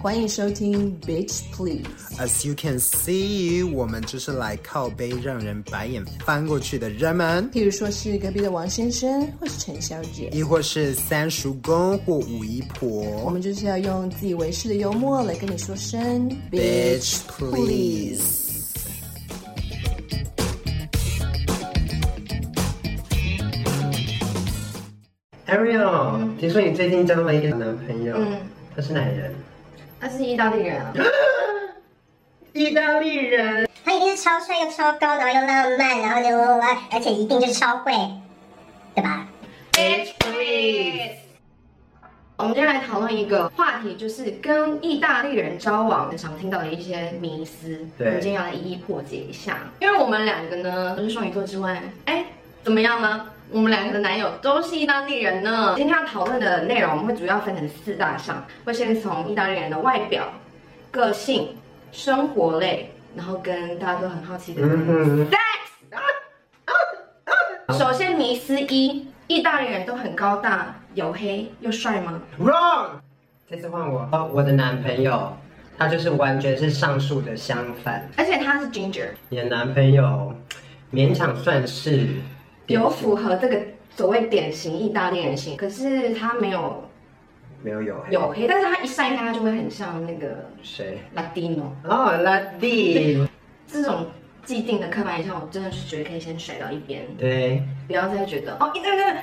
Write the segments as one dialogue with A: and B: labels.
A: 欢迎收听 Bitch Please。
B: As you can see，我们就是来靠背让人白眼翻过去的人们，
A: 譬如说是隔壁的王先生或是陈小姐，
B: 亦或是三叔公或五姨
A: 我
B: 婆。
A: 们就是要用自以为是的幽默来跟你说声
B: Bitch please。
C: Ariel，、听说你最近交了一个男朋友，
D: 嗯
C: 他是哪人？
D: 他是意大利人啊，
C: 意大利人。
E: 他一定是超帅又超高，然后又浪漫，然后呢，哇哇哇而且一定就是超会，对吧？
D: 我们今天来讨论一个话题，就是跟意大利人交往常听到的一些迷思。
C: 对
D: 我们今天要来一一破解一下。因为我们两个呢，除了双鱼座之外，哎，怎么样呢？我们两个的男友都是意大利人呢。今天要讨论的内容，我们会主要分成四大项，会先从意大利人的外表、个性、生活类，然后跟大家都很好奇的
C: 嗯哼，
D: 首先，迷思一：意大利人都很高大、黝黑又帅吗？
C: wrong。这次换我。哦，我的男朋友，他就是完全是上述的相反。
D: 而且他是 ginger，
C: 你的男朋友勉强算是
D: 有符合这个所谓典型意大利人型，可是他没有
C: 没有有
D: 黝黑，但是他一晒黑，他就会很像那个
C: 谁？
D: Latino。
C: 哦，拉蒂。
D: 这种既定的刻板印象，我真的是觉得可以先甩到一边，
C: 对
D: 不要再觉得哦，意大利人啊，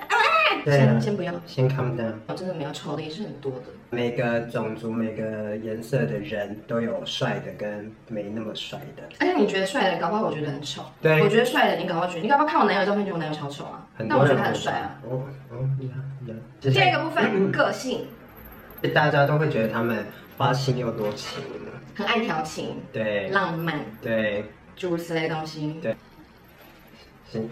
C: 对啊
D: 先，先不要，
C: 先 calm down。
D: 我真的没有丑的也是很多的。
C: 每个种族、每个颜色的人都有帅的跟没那么帅的，
D: 而且你觉得帅的，搞不好我觉得很丑。
C: 对
D: 我觉得帅的，你搞不好觉得，你搞不好看我男友照片，觉得我男友超丑啊。
C: 很
D: 但
C: 多
D: 我觉
C: 人
D: 得他很
C: 会
D: 帅啊。。
C: 哦哦，呀呀。
D: 第二个部分，个性
C: 分，大家都会觉得他们花心又多情，
D: 很爱调情、
C: 对
D: 浪漫，
C: 对，
D: 诸如此类的东西。
C: 对行，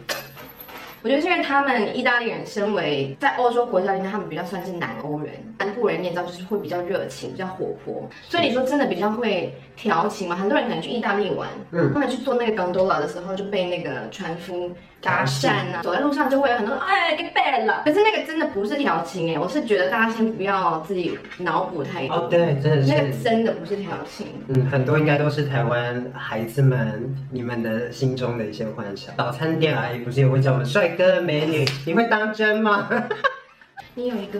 D: 我觉得是因为他们意大利人身为在欧洲国家里面，他们比较算是南欧人，南部人你也知道，就是会比较热情、比较活泼，所以你说真的比较会调情嘛？很多人可能去意大利玩，
C: 嗯
D: 他们去坐那个 gondola 的时候就被那个船夫搭讪啊，走在路上就会有很多人哎 get bad 了，可是那个真的不是调情哎、我是觉得大家先不要自己脑补太多，
C: 哦对，真的
D: 那个
C: 是。
D: 真的不是调情。
C: 嗯，很多应该都是台湾孩子们你们的心中的一些幻想。早餐店阿姨不是也会叫我们帅哥美女？你会当真吗？
D: 你有一个，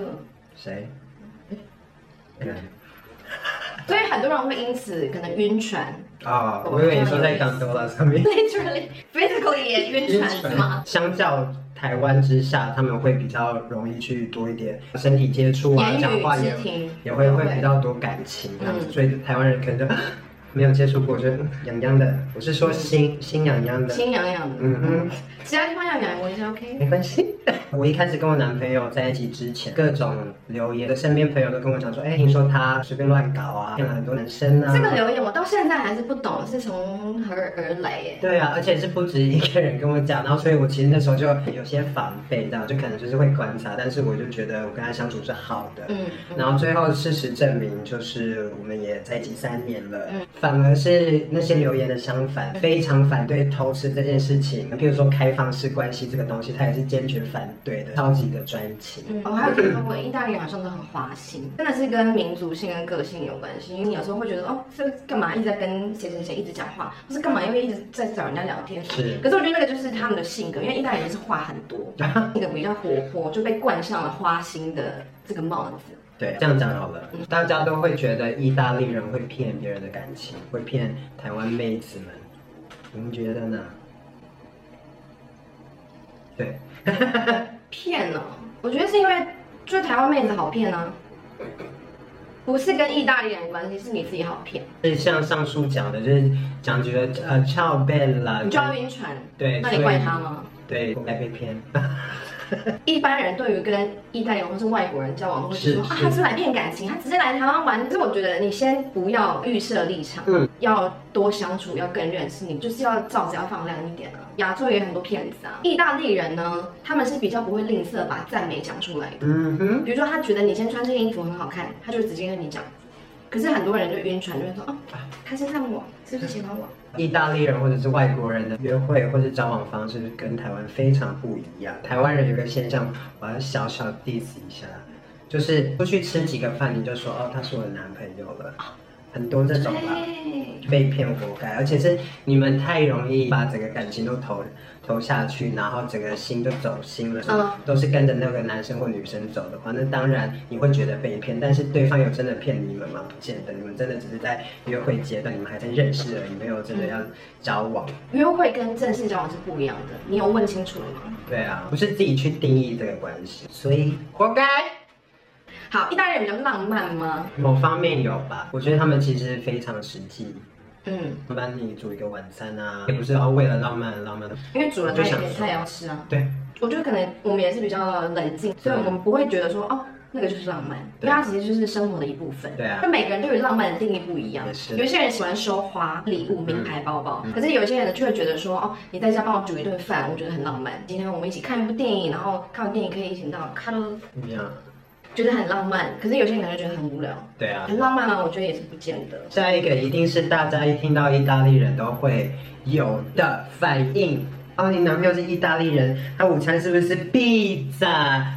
C: 谁？哎
D: 所以很多人会因此可能晕船
C: 哦，我以为你说在港多拉上面。
D: ，literally physically 也晕船是吗？
C: 相较台湾之下，他们会比较容易去多一点身体接触啊，
D: 言语
C: 讲话也
D: 肢体
C: 也会
D: 都
C: 会
D: 会
C: 比较多感情、啊，
D: 嗯
C: 所以台湾人可能就啊没有接触过，就嗯痒痒的。我是说心心痒痒的，
D: 嗯心痒痒的，
C: 嗯哼，
D: 其他地方要痒我也是 OK。
C: 没关系。我一开始跟我男朋友在一起之前，各种留言，身边朋友都跟我讲说，哎、听说他随便乱搞啊，骗了很多男生啊。
D: 这个留言我到现在还是不懂是从何而来耶。
C: 对啊，而且是不止一个人跟我讲，然后所以我其实那时候就有些防备，这样就可能就是会观察，但是我就觉得我跟他相处是好的。
D: 嗯，
C: 然后最后事实证明，就是我们也在一起三年了，
D: 嗯
C: 反而是那些留言的相反，非常反对偷吃这件事情。譬如说开放式关系这个东西，他也是坚决反对的，超级的专情。
D: 嗯，我还有觉得我意大利人好像都很花心，真的是跟民族性跟个性有关系。因为你有时候会觉得哦，这个干嘛一直在跟谁谁谁一直讲话，或是干嘛又一直在找人家聊天。
C: 是
D: 可是我觉得那个就是他们的性格，因为意大利人就是话很 多，性格比较活泼，就被冠上了花心的这个帽子。
C: 对，这样讲好了，大家都会觉得意大利人会骗别人的感情，会骗台湾妹子们，你们觉得呢？对，
D: 骗哦，我觉得是因为就是台湾妹子好骗啊，不是跟意大利人有关系，是你自己好骗，
C: 就是像上述讲的，就是讲觉得呃翘背啦，
D: 你就要晕船。
C: 对，
D: 那你怪他吗？
C: 对，我该被骗。
D: 一般人对于跟意大利人或是外国人交往，会觉得说
C: 是
D: 啊，
C: 是
D: 他是来骗感情，他只是来台湾玩。可是我觉得你先不要预设立场，
C: 嗯
D: 要多相处，要更认识，你就是要罩子要放亮一点啊。亚洲也有很多骗子啊，意大利人呢，他们是比较不会吝啬把赞美讲出来的。
C: 嗯哼，
D: 比如说他觉得你今天穿这件衣服很好看，他就直接跟你讲。可是很多人就晕船，就会说哦，
C: 啊
D: 他先看我，是不是喜欢我？
C: 意大利人或者是外国人的约会或者交往方式跟台湾非常不一样。台湾人有个现象，我要小小 diss 一下，就是出去吃几个饭，你就说哦，他是我的男朋友了，很多这种吧。
D: 对，
C: 被骗活该，而且是你们太容易把整个感情都投投下去，然后整个心都走心了，
D: 嗯
C: 都是跟着那个男生或女生走的话，那当然你会觉得被骗，但是对方有真的骗你们吗？不见得，你们真的只是在约会阶段，你们还在认识而已，没有真的要交往。
D: 约会跟正式交往是不一样的，你有问清楚了吗？
C: 对啊，不是自己去定义这个关系，所以活该。
D: 好，意大利人比较浪漫吗？
C: 某方面有吧，我觉得他们其实非常实际，
D: 嗯，
C: 帮你煮一个晚餐啊，也不是哦为了浪漫而浪漫，
D: 因为煮了
C: 就
D: 他也
C: 想
D: 可以
C: 说
D: 他也要吃啊。
C: 对。
D: 我觉得可能我们也是比较冷静，所以我们不会觉得说哦。那个就是浪漫，因
C: 对
D: 为它其实就是生活的一部分。
C: 对啊
D: 就每个人对于浪漫的定义不一样
C: 也。是嗯
D: 有些人喜欢收花、礼物、名牌包包，可是有些人呢就会觉得说，哦，你在家帮我煮一顿饭，我觉得很浪漫。今天我们一起看一部电影，然后看完电影可以一起到看，
C: 一样，觉
D: 觉得很浪漫。可是有些人可能觉得很无聊，
C: 对啊
D: 很。浪漫吗？我觉得也是不见得。
C: 下一个一定是大家一听到意大利人都会有的反应。哦，你男朋友是意大利人，他午餐是不是 pizza？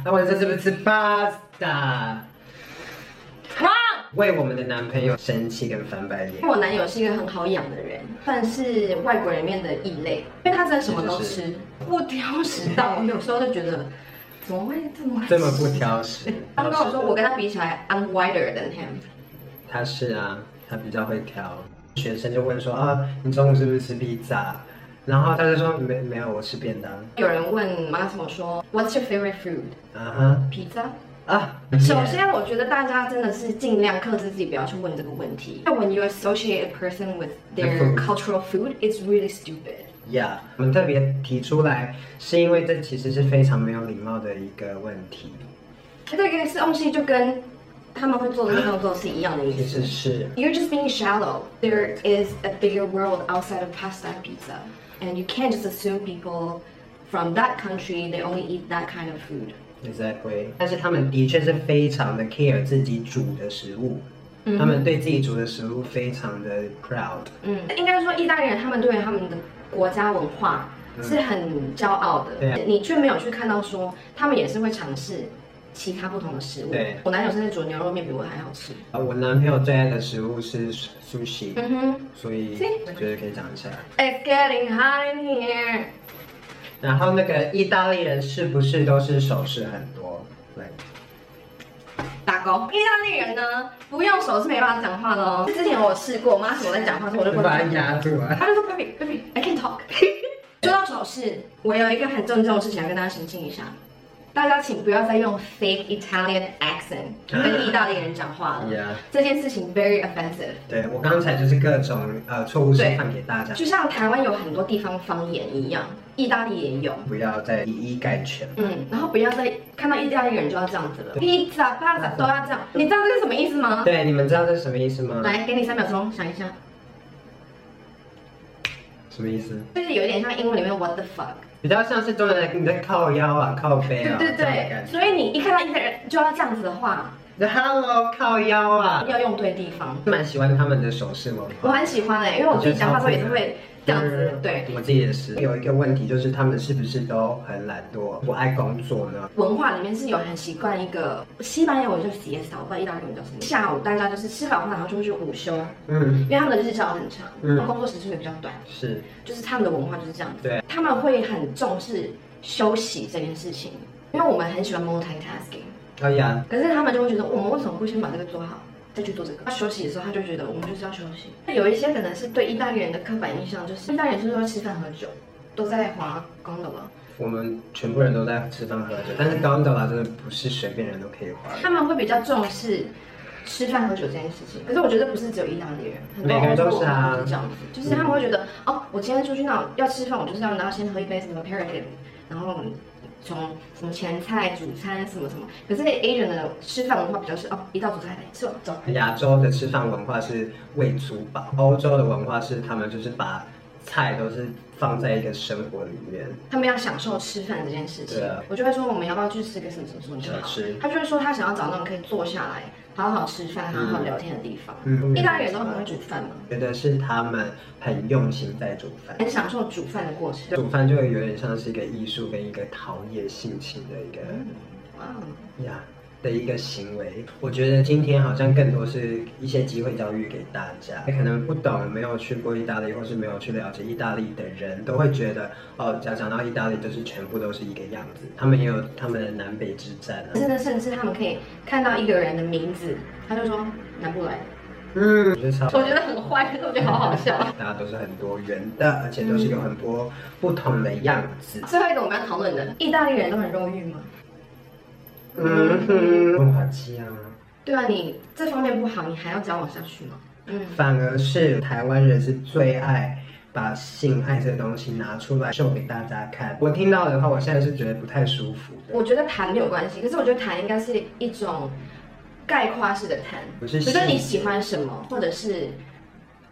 C: 他晚上是不是吃 pasta？
D: 哇，
C: 为我们的男朋友生气跟翻白眼。
D: 我男友是一个很好养的人，算是外国人里面的异类，因为他真的什么都
C: 是
D: 吃，不挑食到我有时候就觉得怎么会这么爱吃
C: 这么不？挑食，
D: 他跟我说，我跟他比起来，I'm wider than him。
C: 他是啊，他比较会挑。学生就问说啊，你中午是不是吃 pizza？然后他就说没没有，我吃便当。
D: 有人问 Massimo 说，What's your favorite food？
C: 啊
D: 披萨。
C: 哈啊，
D: 首先，我觉得大家真的是尽量克制自己，不要去问这个问题。When you associate a person with their
C: The food.
D: cultural food, it's really stupid.
C: Yeah，我们特别提出来，是因为这其实是非常没有礼貌的一个问题。
D: 这个是东西就跟他们会做的那个动作是一样的意
C: 其
D: 思
C: 实。是
D: You're just being shallow. There is a bigger world outside of pasta and pizza, and you can't just assume people from that country they only eat that kind of food.
C: exactly，但是他们的确是非常的 care 自己煮的食物，他们对自己煮的食物非常的 proud。
D: 嗯，应该说意大利人他们对于他们的国家文化是很骄傲的，
C: 嗯对啊
D: 你却没有去看到说他们也是会尝试其他不同的食物
C: 对。
D: 我男友甚至煮牛肉面比我还好吃。
C: 我男朋友最爱的食物是 sushi，、
D: 嗯哼
C: 所以
D: See？
C: 觉得可以讲一下。
D: ，It's getting hot in here.
C: 然后那个意大利人是不是都是手势很多？对，
D: 打勾。意大利人呢，不用手是没办法讲话的哦。之前我试过，妈什么在讲话的时候，我就
C: 就
D: 不能
C: 把它
D: 讲
C: 压住啊。
D: 他就说 baby baby I can talk。说 到手势，我有一个很郑重的事情要跟大家澄清一下，大家请不要再用 fake Italian accent 跟意大利人讲话了
C: Yeah
D: 这件事情 very offensive。
C: 对我刚才就是各种呃错误示范给大家，
D: 就像台湾有很多地方方言一样，意大利也有。
C: 不要再以一概全。
D: 嗯，然后不要再看到意大利人就要这样子了，pizza、pasta 都要这样。你知道这是什么意思吗？
C: 对，你们知道这是什么意思吗？
D: 来，给你三秒钟想一下，
C: 什么意思？
D: 就是有一点像英文里面 what the fuck。
C: 比较像是中文的你在靠腰啊、靠背
D: 对
C: 啊，
D: 对
C: 这样的感觉。
D: 对，所以你一看到一个人就要这样子的话，
C: 那 Hello，靠腰啊，
D: 要用对地方。
C: 蛮喜欢他们的手势文化。
D: 我很喜欢哎、因为我自己讲话的时候也是会这样子，对。
C: 我自己也是。有一个问题就是他们是不是都很懒惰，不爱工作呢？
D: 文化里面是有很习惯一个西班牙文叫 siesta，我不知道意大利文叫什么。下午大家就是吃饱饭，然后就会去午休，啊
C: 嗯，
D: 因为他们的日照很长，
C: 嗯
D: 然后工作时数也比较短，
C: 是
D: 就是他们的文化就是这样子。
C: 对，
D: 他们会很重视休息这件事情，因为我们很喜欢 multitasking，
C: 哎呀，
D: 可是他们就会觉得我们为什么不先把这个做好，再去做这个？他休息的时候，他就觉得我们就是要休息。那有一些可能是对意大利人的刻板印象，就是意大利人是不是都吃饭喝酒，都在滑光的了？
C: 我们全部人都在吃饭喝酒，但是 gondola 真的不是随便人都可以滑的，
D: 他们会比较重视吃饭喝酒这件事情。可是我觉得不是只有意大利人，很多
C: 每个人
D: 欧
C: 都
D: 洲
C: 是啊
D: 人这样子，就是他们会觉得、哦，我今天出去那种要吃饭，我就是要然后先喝一杯什
C: 啊
D: 么 p a r a d i m 然后。从什么前菜、主餐什么什么，可是 Asian 的吃饭文化比较是哦，一到主菜来吃完走。
C: 亚洲的吃饭文化是喂猪饱，欧洲的文化是他们就是把菜都是放在一个生活里面。
D: 他们要享受吃饭这件事情
C: 对啊，
D: 我就会说我们要不要去吃个什么什么什么就好
C: 小吃。
D: 他就会说他想要找那种可以坐下来好好吃饭、好好聊天的地方。
C: 嗯
D: 意大利人都很会煮饭嘛，
C: 觉得是他们很用心在煮饭，
D: 很享受煮饭的过程。
C: 煮饭就有点像是一个艺术跟一个陶冶性情的一个
D: 哇，
C: 呀。的一个行为。我觉得今天好像更多是一些机会教育给大家，可能不懂、没有去过意大利，或是没有去了解意大利的人，都会觉得哦，讲讲到意大利就是全部都是一个样子，他们也有他们的南北之战啊。
D: 真的，甚至他们可以看到一个人的名字，他就说南部来的，
C: 嗯，我觉得超
D: 我觉得很坏，可是我觉得好好笑。
C: 大家都是很多元的，而且都是有很多不同的样子。
D: 最后一个我们要讨论的，意大利人都很肉欲吗？
C: 嗯哼，润滑剂啊，
D: 对啊，你这方面不好，你还要交往下去吗？嗯，
C: 反而是台湾人是最爱把性爱这东西拿出来秀给大家看。我听到的话，我现在是觉得不太舒服的。
D: 我觉得谈没有关系，可是我觉得谈应该是一种概括式的谈，
C: 不是
D: 觉得你喜欢什么，或者是。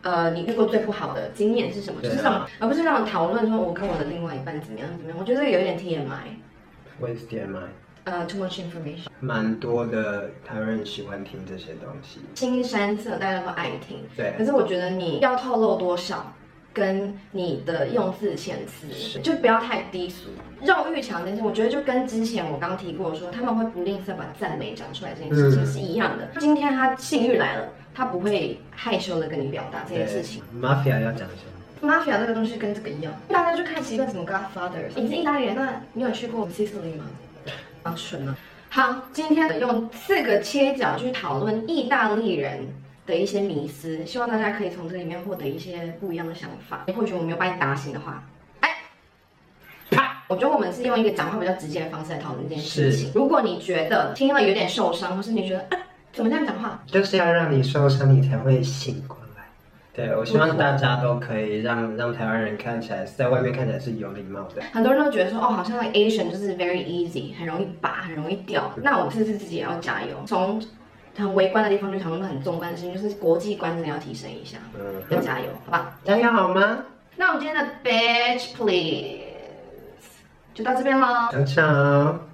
D: 呃，你遇过最不好的经验是什么？就
C: 对啊
D: 是这种，而不是让我讨论说我跟我的另外一半怎么样怎么样。我觉得有一点 TMI，
C: 我也是 DMI，
D: 呃，too much information。
C: 蛮多的台湾人喜欢听这些东西。
D: 新山色大家都爱听，
C: 对
D: 可是我觉得你要透露多少，跟你的用字遣词
C: 是
D: 就不要太低俗。肉欲强这件事，我觉得就跟之前我刚提过说，他们会不吝啬把赞美讲出来这件事情
C: 嗯
D: 是一样的。今天他性欲来了，他不会害羞的跟你表达这件事情。
C: 对，Mafia 要讲什么？
D: mafia 这个东西跟这个一样，大家就看习惯什么 Godfather。你是意大利人，那你有去过 Sicily 吗？好蠢啊！好，今天用四个切角去讨论意大利人的一些迷思，希望大家可以从这里面获得一些不一样的想法。或许我没有把你打醒的话，哎，啪！我觉得我们是用一个讲话比较直接的方式来讨论这件事情。如果你觉得听了有点受伤，或是你觉得、啊、怎么这样讲话，
C: 就是要让你受伤，你才会醒过来。对，我希望大家都可以让让台湾人看起来在外面看起来是有礼貌的。
D: 很多人都觉得说，哦，好像 Asian 就是 very easy，很容易拔，很容易掉。那我这次自己也要加油，从很微观的地方去讨论很纵观的事情，就是国际观真的要提升一下，
C: 嗯，
D: 要加油，好吧？
C: 这样要好吗？
D: 那我们今天的 Bitch Please 就到这边喽。
C: 等等。